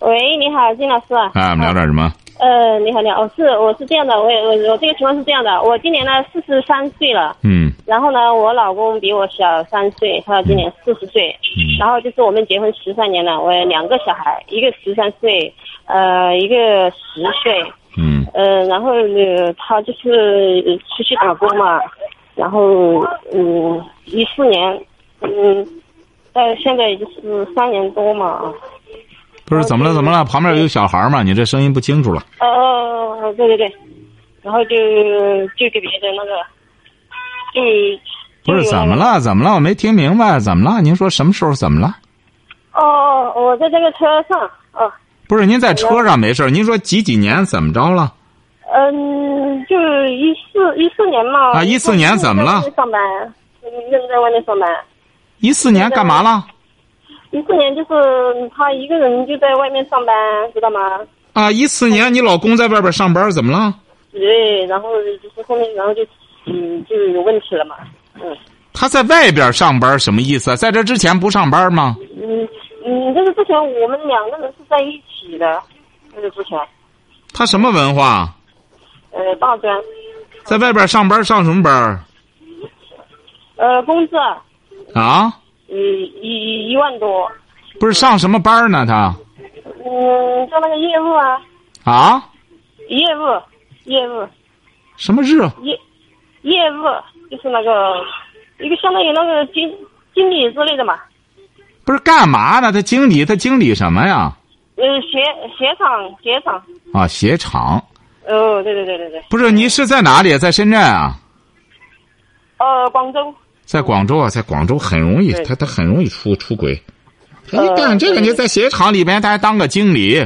喂，你好，金老师。啊哎，我们聊点什么？呃，你好，你好，我是我是这样的，我也我我这个情况是这样的，我今年呢四十三岁了，嗯然后呢，我老公比我小三岁，他今年四十岁，嗯然后就是我们结婚十三年了，我有两个小孩，一个十三岁，呃，一个十岁，嗯呃，然后呃，他就是呃出去打工嘛，然后嗯，一四年，嗯，到现在也就是三年多嘛，不是怎么了？怎么了？旁边有小孩嘛？你这声音不清楚了。哦，对对对，然后就就给别人那个，就不是怎么？了？怎么了？我没听明白，怎么了？您说什么时候怎么了？就哦，我在这个车上，哦，不是您在车上没事儿您说几几年怎么着了？嗯，就一四一四年嘛。啊14年怎么了在外面上班，嗯，正在外面上班。一四年干嘛了？一四年就是嗯他一个人就在外面上班，知道吗？啊，一四年你老公在外边上班，怎么了？对，然后就是后面，然后就嗯，就有问题了嘛。嗯他在外边上班什么意思啊？在这之前不上班吗？嗯嗯，就是之前我们两个人是在一起的，就是之前他什么文化？呃大专。在外边上班上什么班儿呃，工资啊，啊？嗯，一一万多，不是上什么班儿呢？他嗯，做那个业务啊，啊？业务，业务，什么日？业，业务就是那个一个相当于那个经经理之类的嘛，不是干嘛呢？他经理，他经理什么呀？呃，鞋鞋厂，鞋厂，啊，鞋厂。哦，对对对对对，不是你是在哪里？在深圳啊？呃，广州，在广州啊，在广州很容易，对他他很容易出出轨。呃你干这个，对你在鞋厂里边，他还当个经理，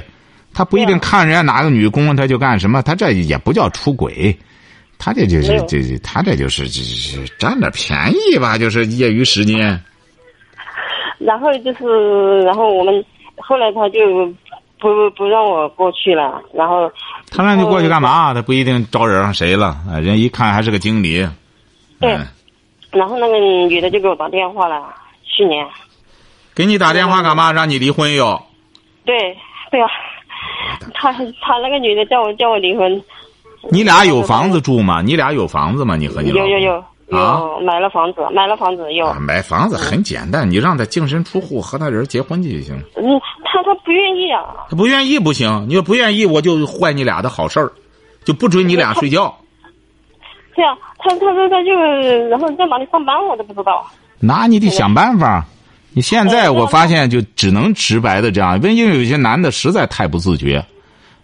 他不一定对啊看人家哪个女工，他就干什么，他这也不叫出轨，他这就是没有这这他这就是这这这占点便宜吧，就是业余时哦间。然后就是，然后我们后来他就不不让我过去了，然后他让你过去干嘛？他不一定招惹上谁了，啊人一看还是个经理。对嗯，然后那个女的就给我打电话了，去年，给你打电话干嘛？让你离婚哟。对对啊，他他那个女的叫我叫我离婚，你俩有房子住吗？你俩有房子吗？你和你老有公有有有、啊买了房子，买了房子有。啊，买房子很简单，你让他净身出户，和那人结婚去就行了。嗯，他他不愿意啊，他不愿意不行，你要不愿意，我就坏你俩的好事儿，就不准你俩睡觉。这样，啊他他说他就然后在哪里上班我都不知道。那你得想办法。你现在我发现就只能直白的这样，因为有些男的实在太不自觉，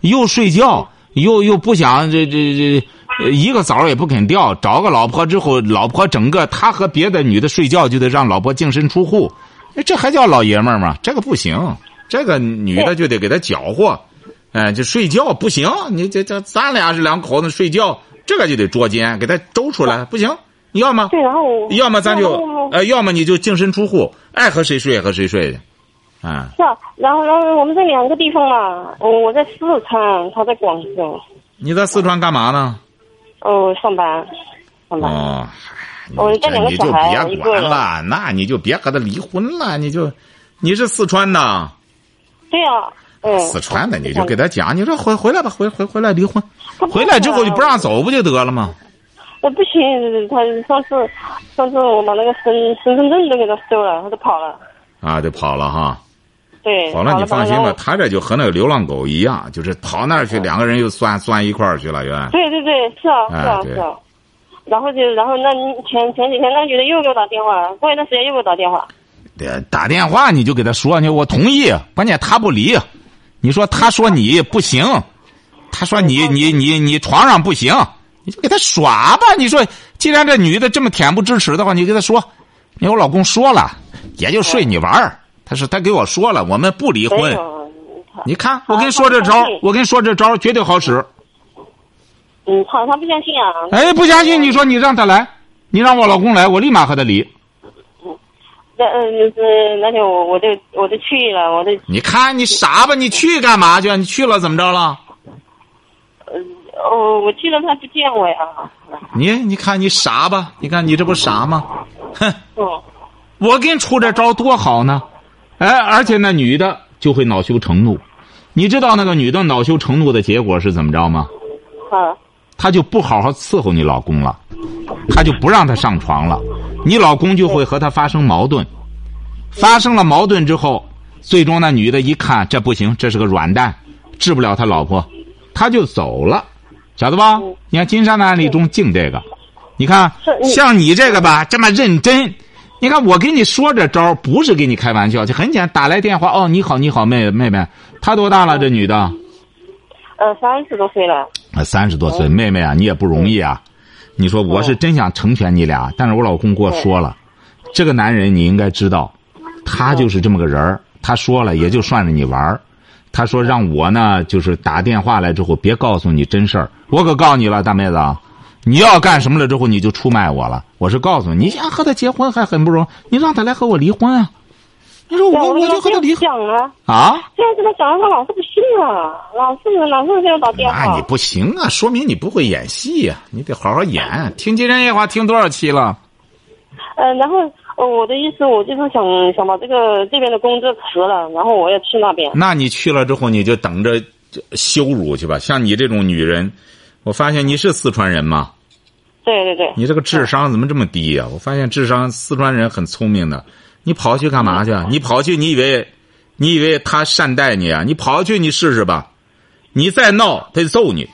又睡觉，又又不想这这这，呃一个枣儿也不肯掉。找个老婆之后，老婆整个他和别的女的睡觉，就得让老婆净身出户，哎这还叫老爷们儿吗？这个不行，这个女的就得给他搅和，哎，就睡觉不行，你这这咱俩是两口子睡觉，这个就得捉奸，给他周出来，不行，你要吗？对，然后我要么咱就然后我呃，要么你就净身出户，爱和谁睡和谁睡去，啊，是啊，然后然后我们在两个地方嘛，我我在四川，他在广州，你在四川干嘛呢？哦上班，上班。哦，我你带两这个你就小孩别一个管人了，那你就别和他离婚了，你就，你是四川的，对啊，嗯。四川的，你就给他讲，你说回回来吧，回回回来离婚，他不回来之后就想不让走不就得了吗？我不行，他上次上次我把那个身身份证都给他收了，他就跑了。啊，就跑了哈。对，好了，了，你放心跑了吧，。他这就和那个流浪狗一样，就是跑那儿去，两个人又算算一块儿去了，原来。对对对，是啊，哎是啊，对是啊。然后就，然后那前前几天那女的又给我打电话，过一段时间又给我打电话。呃打电话你就给他说，你说我同意，关键他不离，你说他说你不行，他说你你你你床上不行，你就给他耍吧。你说，既然这女的这么恬不知耻的话，你就给他说，你说我老公说了，也就睡你玩儿。他说他给我说了，我们不离没婚。有，你看，我跟你说这招儿，我跟你说这招儿绝对好使。嗯，他他不相信啊。哎，不相信你说你让他来，你让我老公来，我立马和他离。那嗯，就是那天我我就我就去了，我就你看你傻吧，你去干嘛去？你去了怎么着了？哦，我记得他不见我呀。你你看你傻吧？你看你这不傻吗？哼，嗯，我给你出这招多好呢！哎，而且那女的就会恼羞成怒，你知道那个女的恼羞成怒的结果是怎么着吗？啊，她就不好好伺候你老公了，她就不让他上床了，你老公就会和她发生矛盾，发生了矛盾之后，最终那女的一看这不行，这是个软蛋，治不了他老婆，她就走了，晓得吧？你看金山的案例中净这个，你看是你像你这个吧，这么认真。你看，我跟你说这招儿不是跟你开玩笑，就很简单，打来电话，哦，你好，你好，妹妹妹，她多大了？这女的？呃，三十多岁了。啊，三十多岁，妹妹啊，你也不容易啊。你说我是真想成全你俩，但是我老公跟我说了，这个男人你应该知道，他就是这么个人儿。他说了，也就算着你玩儿。他说让我呢，就是打电话来之后，别告诉你真事儿。我可告诉你了，大妹子，啊，你要干什么了之后，你就出卖我了。我是告诉你，你想和他结婚还很不容易，你让他来和我离婚啊。你说但我我老就和他这离样婚讲啊，啊？这样跟他讲，他老是不信啊，老是老是给我打电那话你。不行啊，说明你不会演戏呀、你得好好演。听《金山夜话》听多少期了？呃，然后、呃、我的意思，我就是想想把这个这边的工作辞了，然后我要去那边。那你去了之后，你就等着羞辱去吧。像你这种女人，我发现你是四川人吗？对对对，你这个智商怎么这么低呀、我发现智商四川人很聪明的。你跑去干嘛去啊？你跑去，你以为你以为他善待你啊？你跑去，你试试吧。你再闹，他就揍你。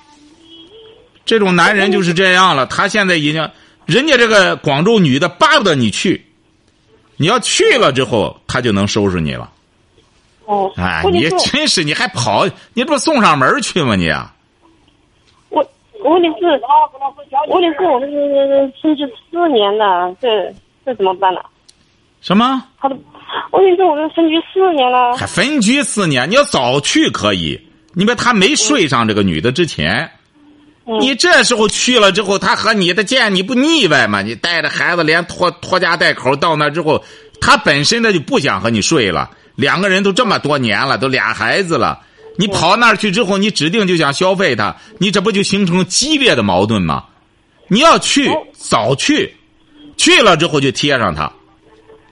这种男人就是这样了。他现在已经，人家这个广州女的巴不得你去，你要去了之后，他就能收拾你了。哦，哎，问题你是，真是，你还跑，你这不送上门去吗？你啊，我问题是，问题是我们是进去四年了，这这怎么办呢、什么？他的问题是我们分居四年了，还分居四年，你要早去可以。你别他没睡上这个女的之前，嗯你这时候去了之后，他和你的见你不腻歪吗？你带着孩子连拖拖家带口到那之后，他本身他就不想和你睡了。两个人都这么多年了，都俩孩子了，你跑那儿去之后，你指定就想消费他，你这不就形成激烈的矛盾吗？你要去早去，去了之后就贴上他。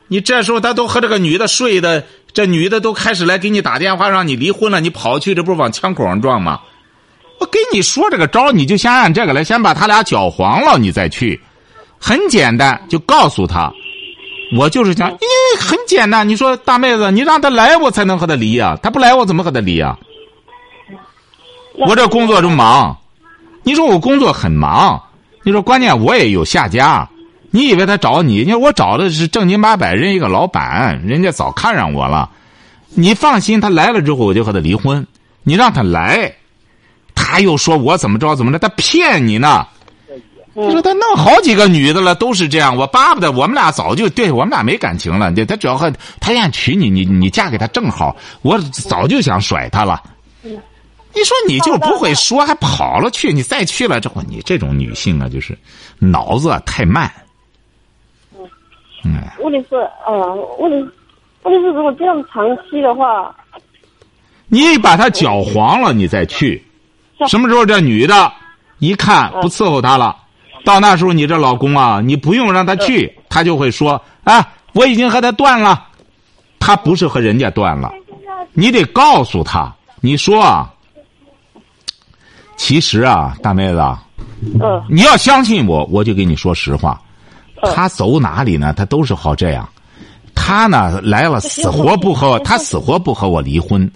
你这时候他都和这个女的睡的，这女的都开始来给你打电话让你离婚了，你跑去这不是往枪口上撞吗？我跟你说这个招儿，你就先按这个来，先把他俩搅黄了，你再去，很简单，就告诉他，我就是想，因为很简单。你说大妹子，你让他来，我才能和他离呀、他不来，我怎么和他离呀、那我这工作这么忙，你说我工作很忙，你说关键我也有下家，你以为他找你？你说我找的是正经八百人一个老板，人家早看上我了。你放心，他来了之后我就和他离婚。你让他来，他又说我怎么着怎么着，他骗你呢。你说他弄好几个女的了，都是这样。我巴不得我们俩早就对我们俩没感情了。对他只要和他愿意娶你，你你嫁给他正好。我早就想甩他了。你说你就不会说，还跑了去，你再去了之后，你这种女性啊，就是脑子啊太慢。嗯，问题是，呃，问题问题是如果这样长期的话，你把他搅黄了，你再去，什么时候这女的一看不伺候他了，到那时候你这老公啊，你不用让他去，他就会说啊，我已经和他断了，他不是和人家断了，你得告诉他，你说啊，其实啊，大妹子啊，呃，你要相信我，我就跟你说实话，嗯他走哪里呢？他都是好这样。他呢来了，死活不和我，他死活不和我离婚。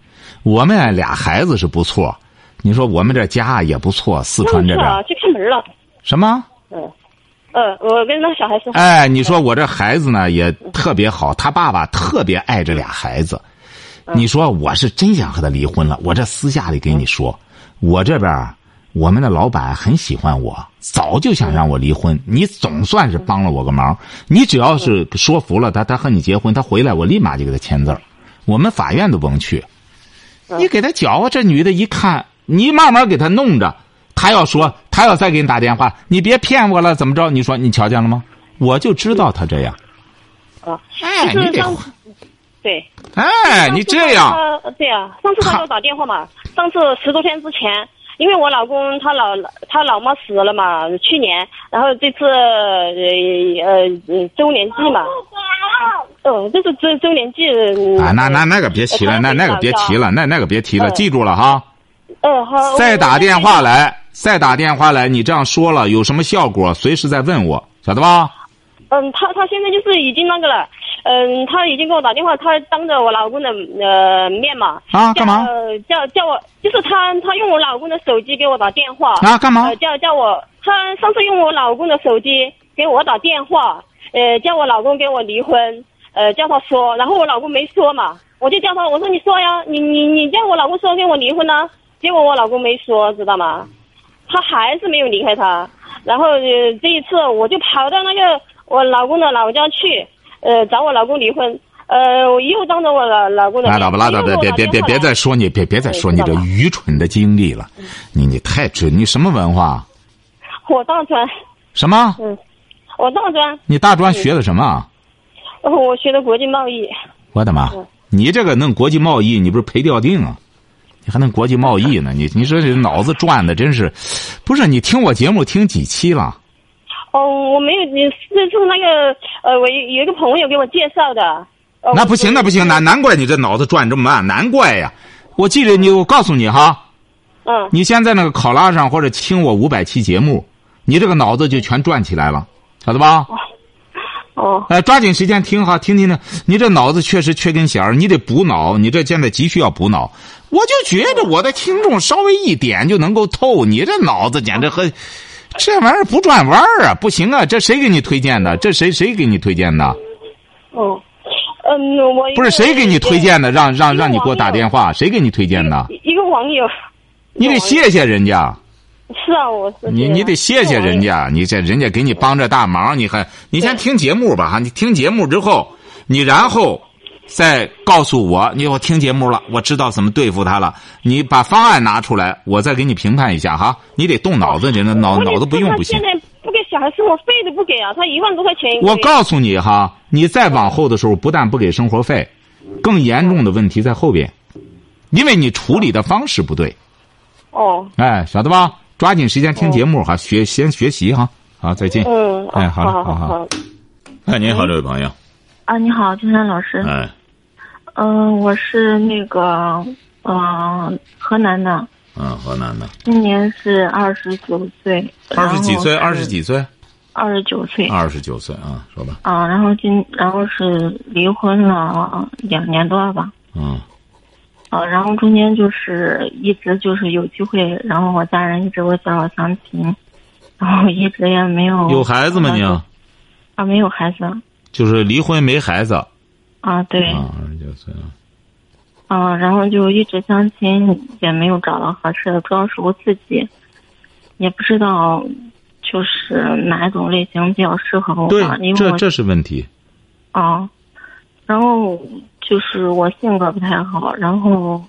我们俩孩子是不错，你说我们这家啊也不错，四那川你这去啊，边去开门了，什么？嗯，呃，我跟那小孩说，哎，你说我这孩子呢也特别好，他爸爸特别爱这俩孩子。你说我是真想和他离婚了，我这私下里跟你说，我这边儿我们的老板很喜欢我，早就想让我离婚。你总算是帮了我个忙，你只要是说服了他，他和你结婚，他回来我立马就给他签字儿，我们法嗯院都甭去。你给他搅和，这女的一看，你慢慢给他弄着，他要说他要再给你打电话，你别骗我了，怎么着？你说你瞧见了吗？我就知道他这样。啊，哎，就你是得上，次，对，哎，你这样，上次他。对啊，上次他给我打电话嘛，上次十多天之前，因为我老公他老他老妈死了嘛，去年，然后这次呃呃周年祭嘛，嗯，这是周周年祭。嗯啊，那那那个别提了，那那个别提。了，那那个别提了，嗯记住了哈。嗯，好。我再打电话。来，再打电话来，你这样说了有什么效果？随时再问我，晓得吧？嗯，他他现在就是已经那个了，嗯，他已经给我打电话，他当着我老公的呃面嘛。啊，干嘛？叫叫我，就是他，他用我老公的手机给我打电话。啊，干嘛呃，？叫叫我，他上次用我老公的手机给我打电话，呃，叫我老公跟我离婚，呃，叫他说，然后我老公没说嘛，我就叫他，我说你说呀，你你你叫我老公说跟我离婚呢、结果我老公没说，知道吗？他还是没有离开他，然后、呃、这一次我就跑到那个我老公的老家去，呃，找我老公离婚，呃，我又当着我老老公的拉面倒吧，拉倒吧，又给我别打别别电话别来嗯再说你，别别再说你这愚蠢的经历了，你你太蠢，你什么文化？我大专，什么？我大专，你大专学的什么啊？ 我学的国际贸易。我的妈！你这个弄国际贸易，你不是赔掉腚啊？你还弄国际贸易呢？你你说这脑子转的真是，不是？你听我节目听几期了？哦，我没有，你是是那个呃，我有有一个朋友给我介绍的。呃那不行，那不行，难。我难怪你这脑子转这么慢，难怪呀！我记着你，我告诉你哈，嗯，你先在那个考拉上或者听我五百期节目，你这个脑子就全转起来了，晓得吧？哦，呃，抓紧时间听哈，听听听，你这脑子确实缺根弦儿，你得补脑，你这现在急需要补脑。我就觉着我的听众稍微一点就能够透，你这脑子简直和这玩意儿不转弯儿啊，不行啊！这谁给你推荐的？这谁谁给你推荐的？哦，嗯，我一个不是谁给你推荐的？让让让你给我打电话，谁给你推荐的？一个网友。你得谢谢人家。是啊，我是你这你样得谢谢人。家，你这人家给你帮这大忙，你还你先对听节目吧哈，你听节目之后，你然后再告诉我，你我听节目了，我知道怎么对付他了，你把方案拿出来，我再给你评判一下哈，你得动脑子，人家脑我脑子不用不行现。在不给小孩生活费都不给啊，他一万多块钱一个月。我告诉你哈，你再往后的时候，不但不给生活费，更严重的问题在后边，因为你处理的方式不对，哦，哎，晓得吧？抓紧时间听节目哈，学先学习哈，好，再见。嗯，哎好好了好好好好。哎，您好，这位朋友。啊，你好，金山老师。哎，嗯、我是那个，嗯、河南的，嗯，河南的，今年是二十九岁。二十几岁，二十？几岁，二十九岁。二十九岁啊，说吧，啊，然后今然后是离婚了两年多了吧，嗯啊，然后中间就是一直就是有机会，然后我家人一直我找我相亲，然后一直也没有有孩子吗？你啊啊，没有孩子就是离婚没孩子啊，啊，对，二十九岁啊，嗯、然后就一直相亲，也没有找到合适的，主要是我自己，也不知道就是哪一种类型比较适合我对吧，因，为这我这是问题，啊，然后就是我性格不太好，然后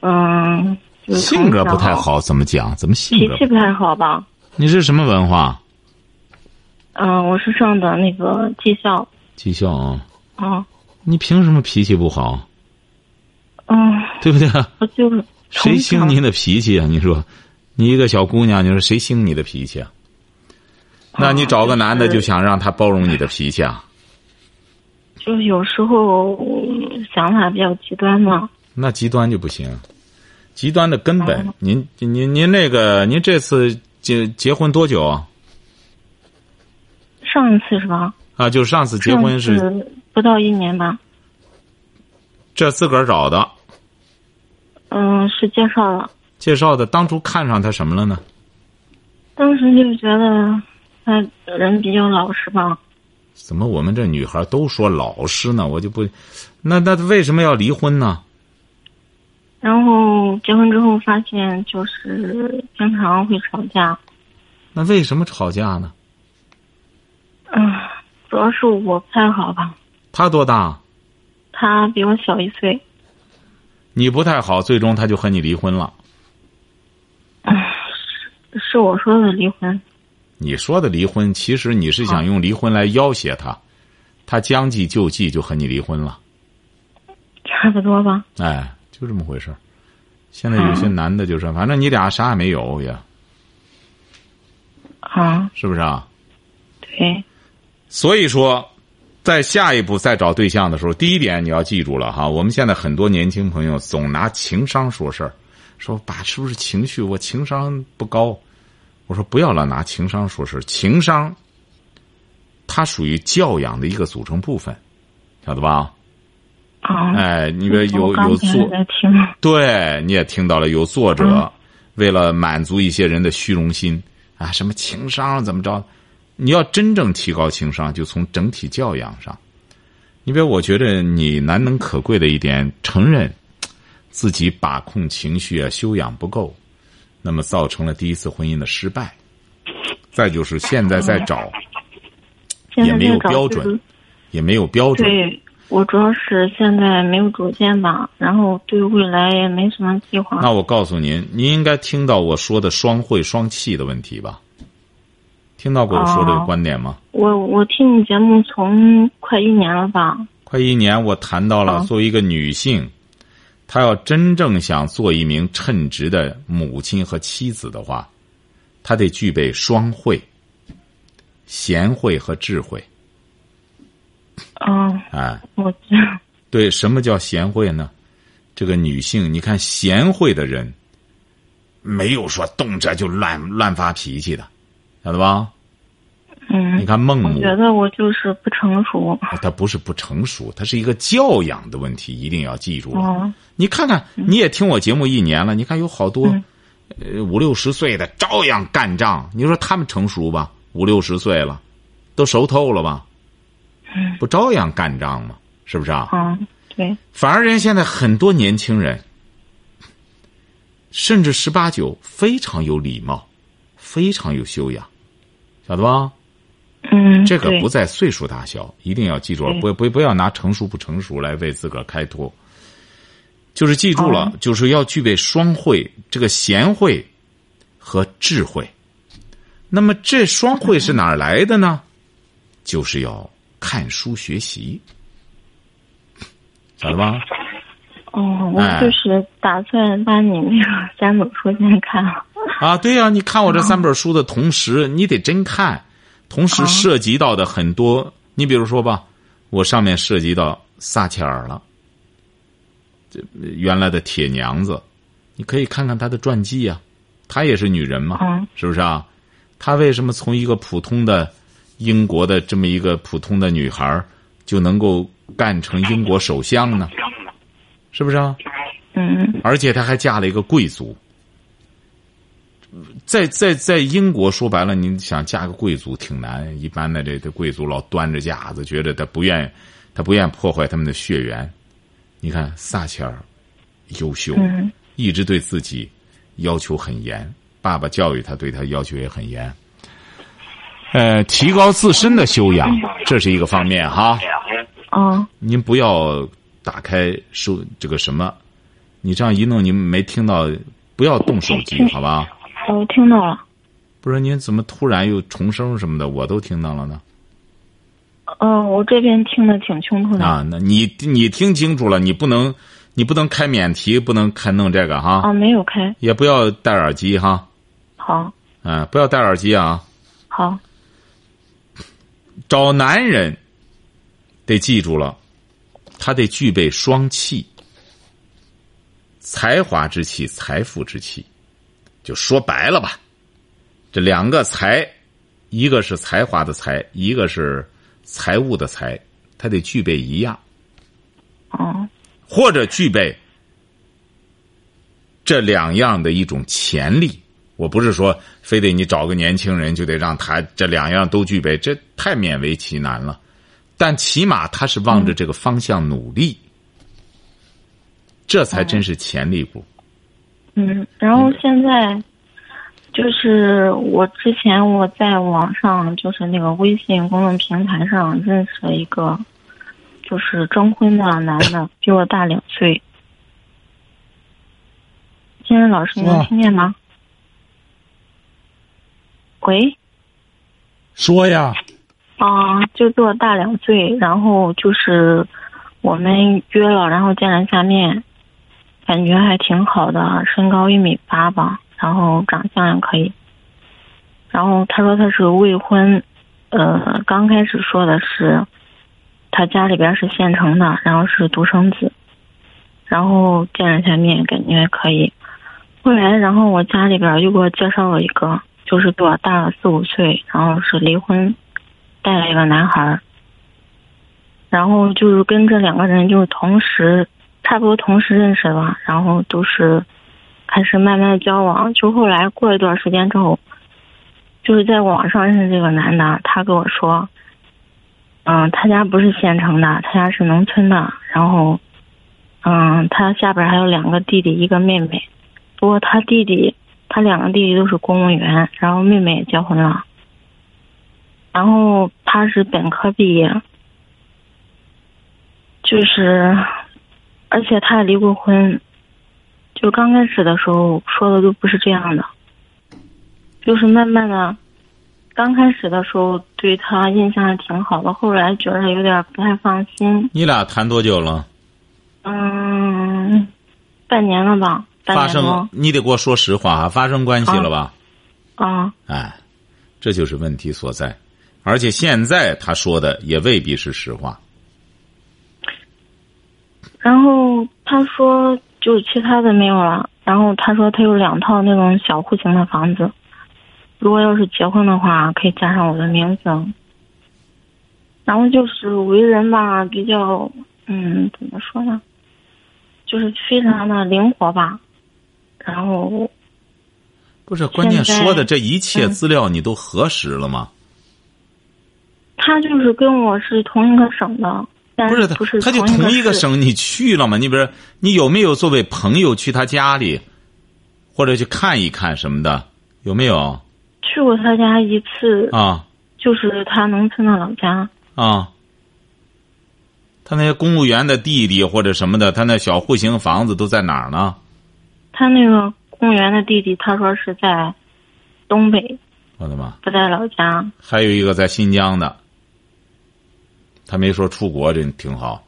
嗯，就是从性格不太小，好，怎么讲？怎么性脾格？气不太好吧？你是什么文化？嗯、我是上的那个技校，技校啊？啊，你凭什么脾气不好？嗯，对不对？啊我就是从谁兴小你的脾气啊？你说，你一个小姑娘，你说谁兴你的脾气啊？那啊你找个男的就想让他包容你的脾气啊？就是有时候嗯想法比较极端嘛，那极端就不行，极端的根本哦。您您您那个，您这次结结婚多久啊？上一次是吧？啊，就是上次结婚是上次不到一年吧？这自个儿找的，嗯，是介绍了。介绍的。当初看上他什么了呢？当时就觉得他人比较老实吧，怎么我们这女孩都说老实呢？我就不，那那为什么要离婚呢？然后结婚之后发现就是经常会吵架，那为什么吵架呢？嗯，主要是我不太好吧，他多大？啊他比我小一岁，你不太好，最终他就和你离婚了。嗯是我说的离婚。你说的离婚，其实你是想用离婚来要挟他，他将计就计就和你离婚了。差不多吧。哎，就这么回事儿现在有些男的就是，反正你俩啥也没有，也啊，是不是啊？对，所以说，在下一步再找对象的时候，第一点你要记住了哈。我们现在很多年轻朋友总拿情商说事儿，说爸是不是情绪？我情商不高。我说不要老拿情商说事儿，情商它属于教养的一个组成部分，晓得吧？啊，哎，那个有我刚有才做在听，对，你也听到了，有作者、为了满足一些人的虚荣心啊，什么情商怎么着？你要真正提高情商，就从整体教养上。因为我觉得你难能可贵的一点，承认自己把控情绪啊修养不够，那么造成了第一次婚姻的失败。再就是现在在找，现也在没有在找标这个准也没有标准。对，我主要是现在没有主见吧，然后对未来也没什么计划那。我告诉您，您应该听到我说的双汇双气的问题吧？听到过我说这个哦观点吗？我我听你节目从快一年了吧？快一年，我谈到了哦作为一个女性，她要真正想做一名称职的母亲和妻子的话，她得具备双慧、贤惠和智慧。嗯，哎，我知道对，什么叫贤惠呢？这个女性，你看贤惠的人，没有说动辄就乱乱发脾气的，晓得吧？嗯你，看孟我母，觉得我就是不成熟。啊它不是不成熟，它是一个教养的问题，一定要记住了。哦，你看看，你也听我节目一年了，你看有好多嗯，呃五六十岁的照样干仗，你说他们成熟吧？五六十岁了，都熟透了吧？嗯不照样干仗吗？是不是啊？啊，对，反而人现在很多年轻人，甚至十八九，非常有礼貌，非常有修养，晓得吧？嗯，这个对不在岁数大小，一定要记住了，对不不不要拿成熟不成熟来为自个儿开脱。就是记住哦了，就是要具备双慧，这个贤惠和智慧。那么这双慧是哪儿来的呢？嗯就是要看书学习，晓得吧？哦，我哎就是打算把你那个 三本书先看了。 啊，对呀、你看我这三本书的同时，你得真看，同时涉及到的很多，你比如说吧，我上面涉及到撒切尔了，这呃原来的铁娘子，你可以看看她的传记啊，她也是女人嘛，嗯是不是啊？她为什么从一个普通的英国的这么一个普通的女孩儿就能够干成英国首相呢？是不是啊？嗯而且她还嫁了一个贵族。在在在英国，说白了，你想嫁个贵族挺难。一般的这这贵族老端着架子，觉得他不愿，他不愿破坏他们的血缘。你看撒切尔，优秀，嗯一直对自己要求很严，爸爸教育他，对他要求也很严。呃，提高自身的修养，这是一个方面哈。哦您不要打开手这个什么，你这样一弄，您没听到，不要动手机，好吧？哦，我听到了。不是您怎么突然又重声什么的，我都听到了呢。哦，我这边听得挺清楚的。啊，那你你听清楚了，你不能你不能开免提，不能开弄这个哈，啊，没有开。也不要戴耳机哈，好，嗯、不要戴耳机啊。好，找男人得记住了，他得具备双气，才华之气、财富之气。就说白了吧，这两个财，一个是才华的才，一个是财务的财，他得具备一样，哦，或者具备这两样的一种潜力。我不是说非得你找个年轻人就得让他这两样都具备，这太勉为其难了。但起码他是望着这个方向努力，这才真是潜力股。嗯，然后现在就是我之前我在网上就是那个微信公众平台上认识了一个，就是征婚的男的，比我大两岁。现在老师哇能听见吗？喂，说呀，啊、就做大两醉，然后就是我们约了，然后见了下面，感觉还挺好的，身高一米八吧，然后长相也可以。然后他说他是未婚，呃，刚开始说的是他家里边是县城的，然后是独生子，然后见了下面感觉可以。后来，然后我家里边又给我介绍了一个，就是比我大了四五岁，然后是离婚，带了一个男孩儿，然后就是跟这两个人就是同时，差不多同时认识了，然后都是开始慢慢的交往。就后来过一段时间之后，就是在网上认识这个男的，他跟我说，嗯，他家不是县城的，他家是农村的，然后，嗯，他下边还有两个弟弟，一个妹妹，不过他弟弟，他两个弟弟都是公务员，然后妹妹也结婚了。然后他是本科毕业，就是，而且他也离过婚，就刚开始的时候说的都不是这样的，就是慢慢的，刚开始的时候对他印象还挺好的，后来觉得有点不太放心，你俩谈多久了？嗯，半年了吧，半发年多生，你得给我说实话啊，发生关系了吧？啊，哎，这就是问题所在。而且现在他说的也未必是实话。然后他说就其他的没有了，然后他说他有两套那种小户型的房子，如果要是结婚的话，可以加上我的名字。然后就是为人吧，比较嗯，怎么说呢，就是非常的灵活吧。然后不是，关键现在说的这一切嗯资料你都核实了吗？他就是跟我是同一个省的，但不是，嗯不是他他就同同一个市省，你去了吗？你比如说你有没有作为朋友去他家里，或者去看一看什么的？有没有去过他家一次，啊就是他农村的老家。啊？他那些公务员的弟弟或者什么的，他那小户型房子都在哪儿呢？他那个公务员的弟弟，他说是在东北，我的妈！不在老家。还有一个在新疆的，他没说出国，这挺好。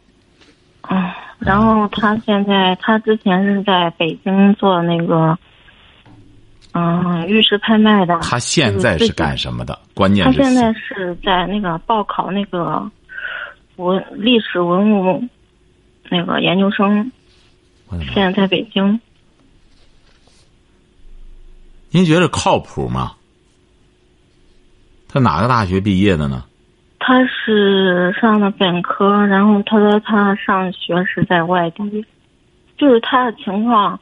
嗯，然后他现在，他之前是在北京做那个，嗯，玉石拍卖的。他现在是干什么的？关键他是现在是在那个报考那个文历史文物那个研究生，我的妈现在在北京。您觉得靠谱吗？他哪个大学毕业的呢？他是上的本科，然后他说他上学是在外地，就是他的情况。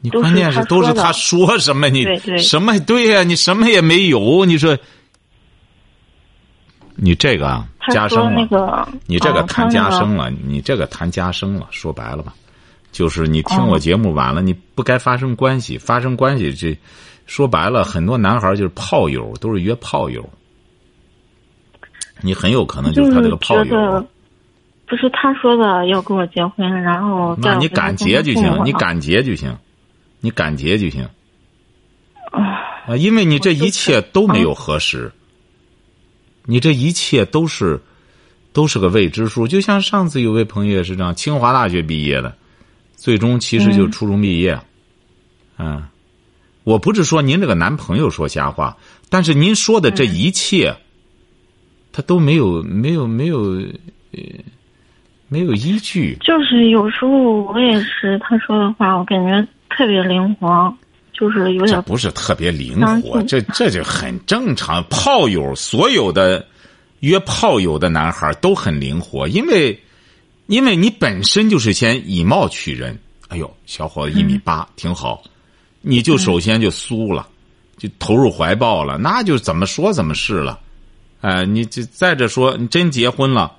你都是关键是他都是说的他说什么你对对什么对啊呀、你什么也没有，你说你这个啊他加说深了，那个，你这个嗯谈他那加个深了，你这个谈加深了，说白了吧，就是你听哦我节目完了，你不该发生关系，发生关系这说白了，很多男孩就是炮友，都是约炮友，你很有可能就就是是他这个炮觉得友。啊不是他说的要跟我结婚，然后那再你回家敢见结他就父母行，你了敢结就行，你敢结就行。啊，因为你这一切都没有核实，你这一切都是都是个未知数。就像上次有位朋友也是这样，清华大学毕业的，最终其实就是初中毕业。嗯，我不是说您这个男朋友说瞎话，但是您说的这一切，他都没有没有没有，呃，没有依据。就是有时候我也是他说的话，我感觉特别灵活，就是有这点不是特别灵相活，信这这就很正常。炮友所有的约炮友的男孩都很灵活，因为因为你本身就是先以貌取人。哎呦，小伙子一米八、挺好，你就首先就酥了，就投入怀抱了，那就怎么说怎么是了。哎、你这再者说，你真结婚了，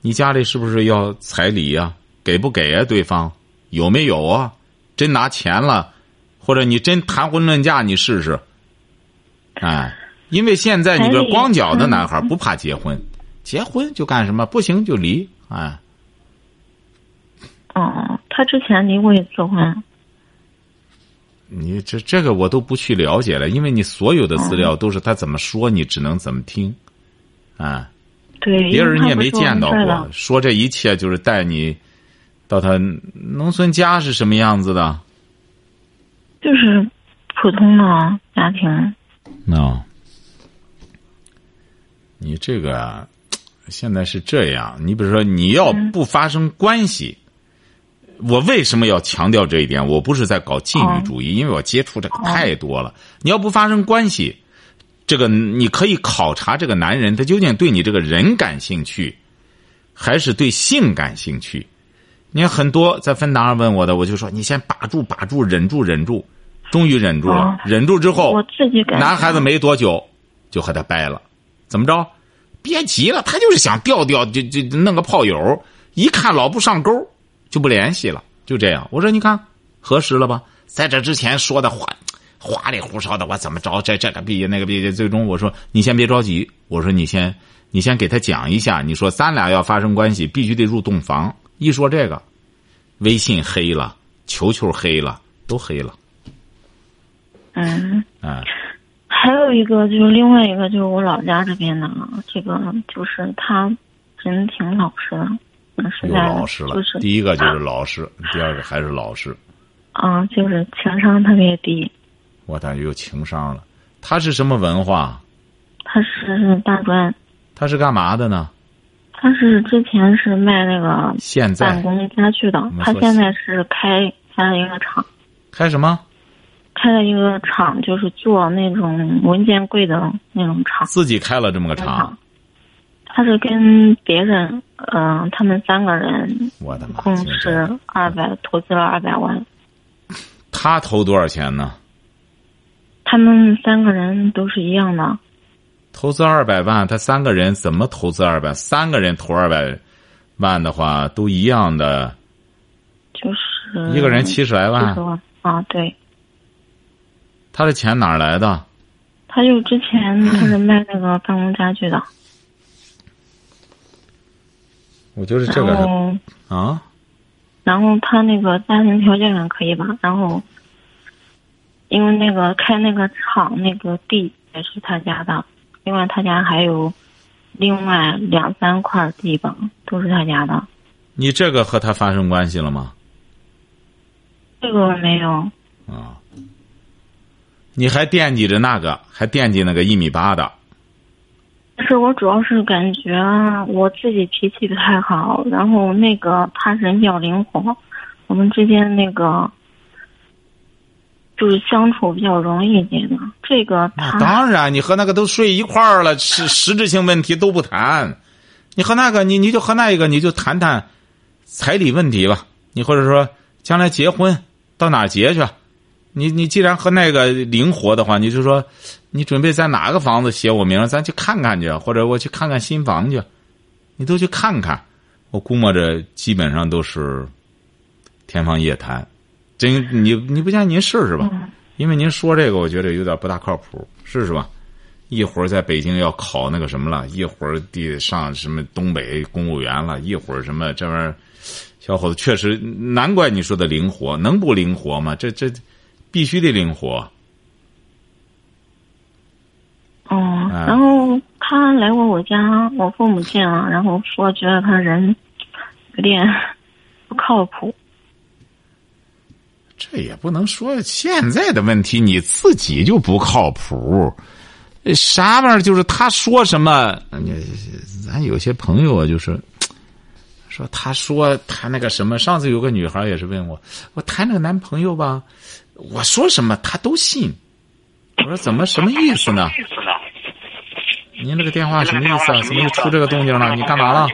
你家里是不是要彩礼呀、给不给啊？对方有没有啊？真拿钱了，或者你真谈婚论嫁，你试试。哎，因为现在你这彩礼光脚的男孩不怕结婚，嗯结婚就干什么？不行就离。哎，嗯，他之前离过一次婚，你这这个我都不去了解了，因为你所有的资料都是他怎么说，你只能怎么听，啊，对，别人你也没因为他见哎不到是我们这儿过的。，说这一切就是带你到他农村家是什么样子的？就是普通的家庭。嗯 no，你这个啊现在是这样，你比如说你要嗯不发生关系，我为什么要强调这一点？我不是在搞禁哦欲主义，因为我接触这个太多了。你要不发生关系，这个你可以考察这个男人他究竟对你这个人感兴趣，还是对性感兴趣。你看很多在芬达上问我的，我就说你先把住把住，忍住忍住，终于忍住了哦。忍住之后，我自己感觉男孩子没多久就和他掰了，怎么着？别急了，他就是想钓钓，就就就弄个炮友，一看老不上钩，就不联系了，就这样。我说你看核实了吧？在这之前说的话，花里胡哨的，我怎么着？这这个毕业那个毕业，最终我说你先别着急，我说你先你先给他讲一下，你说咱俩要发生关系，必须得入洞房。一说这个，微信黑了，球球黑了，都黑了，嗯，哎、还有一个就是另外一个就是我老家这边的了，这个就是他人挺老实的，嗯，实又在的老实了。就是第一个就是老实，第二个还是老实。啊，就是情商特别低，我感觉有情商了。他是什么文化？他是大专，他是干嘛的呢？他是之前是卖那个现办在公家具的们，他说现起在是开开了一个厂，开什么？开了一个厂，就是做那种文件柜的那种厂。自己开了这么个厂厂。他是跟别人，嗯、他们三个人我的妈！共现在是嗯二百，投资了二百万。他投多少钱呢？他们三个人都是一样的，投资二百万，他三个人怎么投资二百？三个人投二百万的话，都一样的，就是一个人七十来七十万。万啊，对，他的钱哪儿来的？他就之前他是卖那个办公家具的，我觉得这然个后啊，然后他那个家庭条件还可以吧，然后因为那个开那个厂那个地也是他家的，另外他家还有另外两三块地吧，都是他家的。你这个和他发生关系了吗？这个没有，啊，你还惦记着那个，还惦记那个一米八的。但是我主要是感觉我自己脾气不太好，然后那个他人比较灵活，我们之间那个就是相处比较容易一点的。这个那他当然，你和那个都睡一块儿了，实实质性问题都不谈。你和那个，你你就和那一个，你就谈谈彩礼问题吧。你或者说将来结婚到哪儿结去？你你既然和那个灵活的话，你就说你准备在哪个房子写我名儿，咱去看看去，或者我去看看新房去，你都去看看。我估摸着基本上都是天方夜谭。真你你不信您试试吧，因为您说这个我觉得有点不大靠谱，试试吧。一会儿在北京要考那个什么了，一会儿地上什么东北公务员了，一会儿什么这玩意儿，小伙子确实难怪你说的灵活，能不灵活吗？这这必须得灵活。哦，哎然后他来过我家，我父母见了，然后说觉得他人有点不靠谱。这也不能说现在的问题你自己就不靠谱，呃啥玩意儿就是他说什么，你咱有些朋友啊，就是说他说他那个什么，上次有个女孩也是问我，我谈那个男朋友吧，我说什么他都信，我说怎么啊什么意思呢？您这个电话什么意思啊？怎么又出这个动静了？你干嘛了？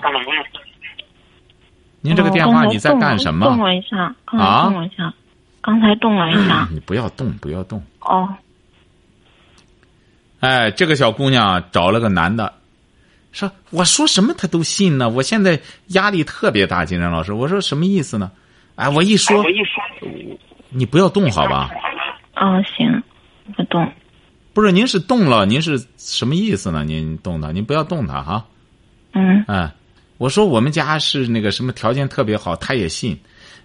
您这个电话你在干什哦刚才动么？啊了一下，刚才动了一下，刚才动了一 下。你不要动，不要动。哦，哎，这个小姑娘找了个男的，说我说什么她都信呢。我现在压力特别大，金山老师，我说什么意思呢？哎，我一说，你不要动好吧？哦，行，不动。不是，您是动了，您是什么意思呢？您动她，您不要动她哈、嗯，哎，我说我们家是那个什么条件特别好，他也信。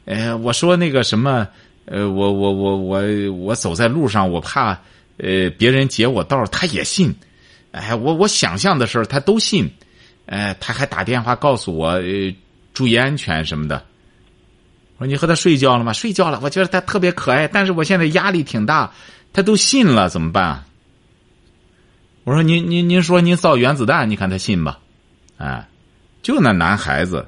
呃，我说那个什么，呃，我我我我我走在路上，我怕呃别人截我道儿，他也信。哎，我我想象的事儿他都信，哎，他还打电话告诉我、呃、注意安全什么的。我说你和他睡觉了吗？睡觉了，我觉得他特别可爱，但是我现在压力挺大，他都信了怎么办、啊？我说您您您说您造原子弹，你看他信吧？哎，就那男孩子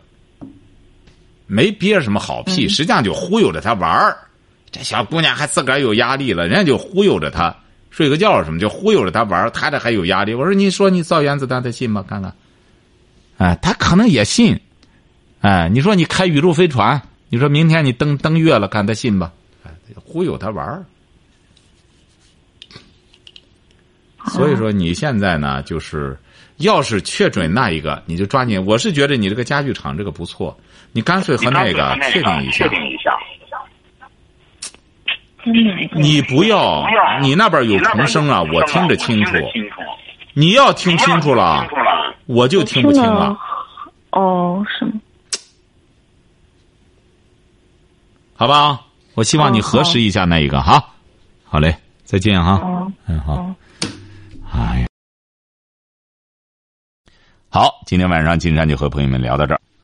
没憋什么好屁，实际上就忽悠着他玩儿。这小姑娘还自个儿有压力了，人家就忽悠着她睡个觉什么，就忽悠着她玩儿，她这还有压力。我说你说你造原子弹，他信吗？看看，哎，他可能也信。哎，你说你开宇宙飞船，你说明天你登登月了，看他信吧？哎，忽悠他玩儿。所以说你现在呢，就是要是确准那一个，你就抓紧。我是觉得你这个家具厂这个不错，你干脆和那个确定一下。跟哪个？你不要，哦你那边有重声啊，我听着清楚。你要听清楚了，啊我就听不清了。哦，是吗？好吧，我希望你核实一下那一个哈。好嘞，再见哈。哦，嗯，好。哦，哎呀，好，今天晚上金山就和朋友们聊到这儿。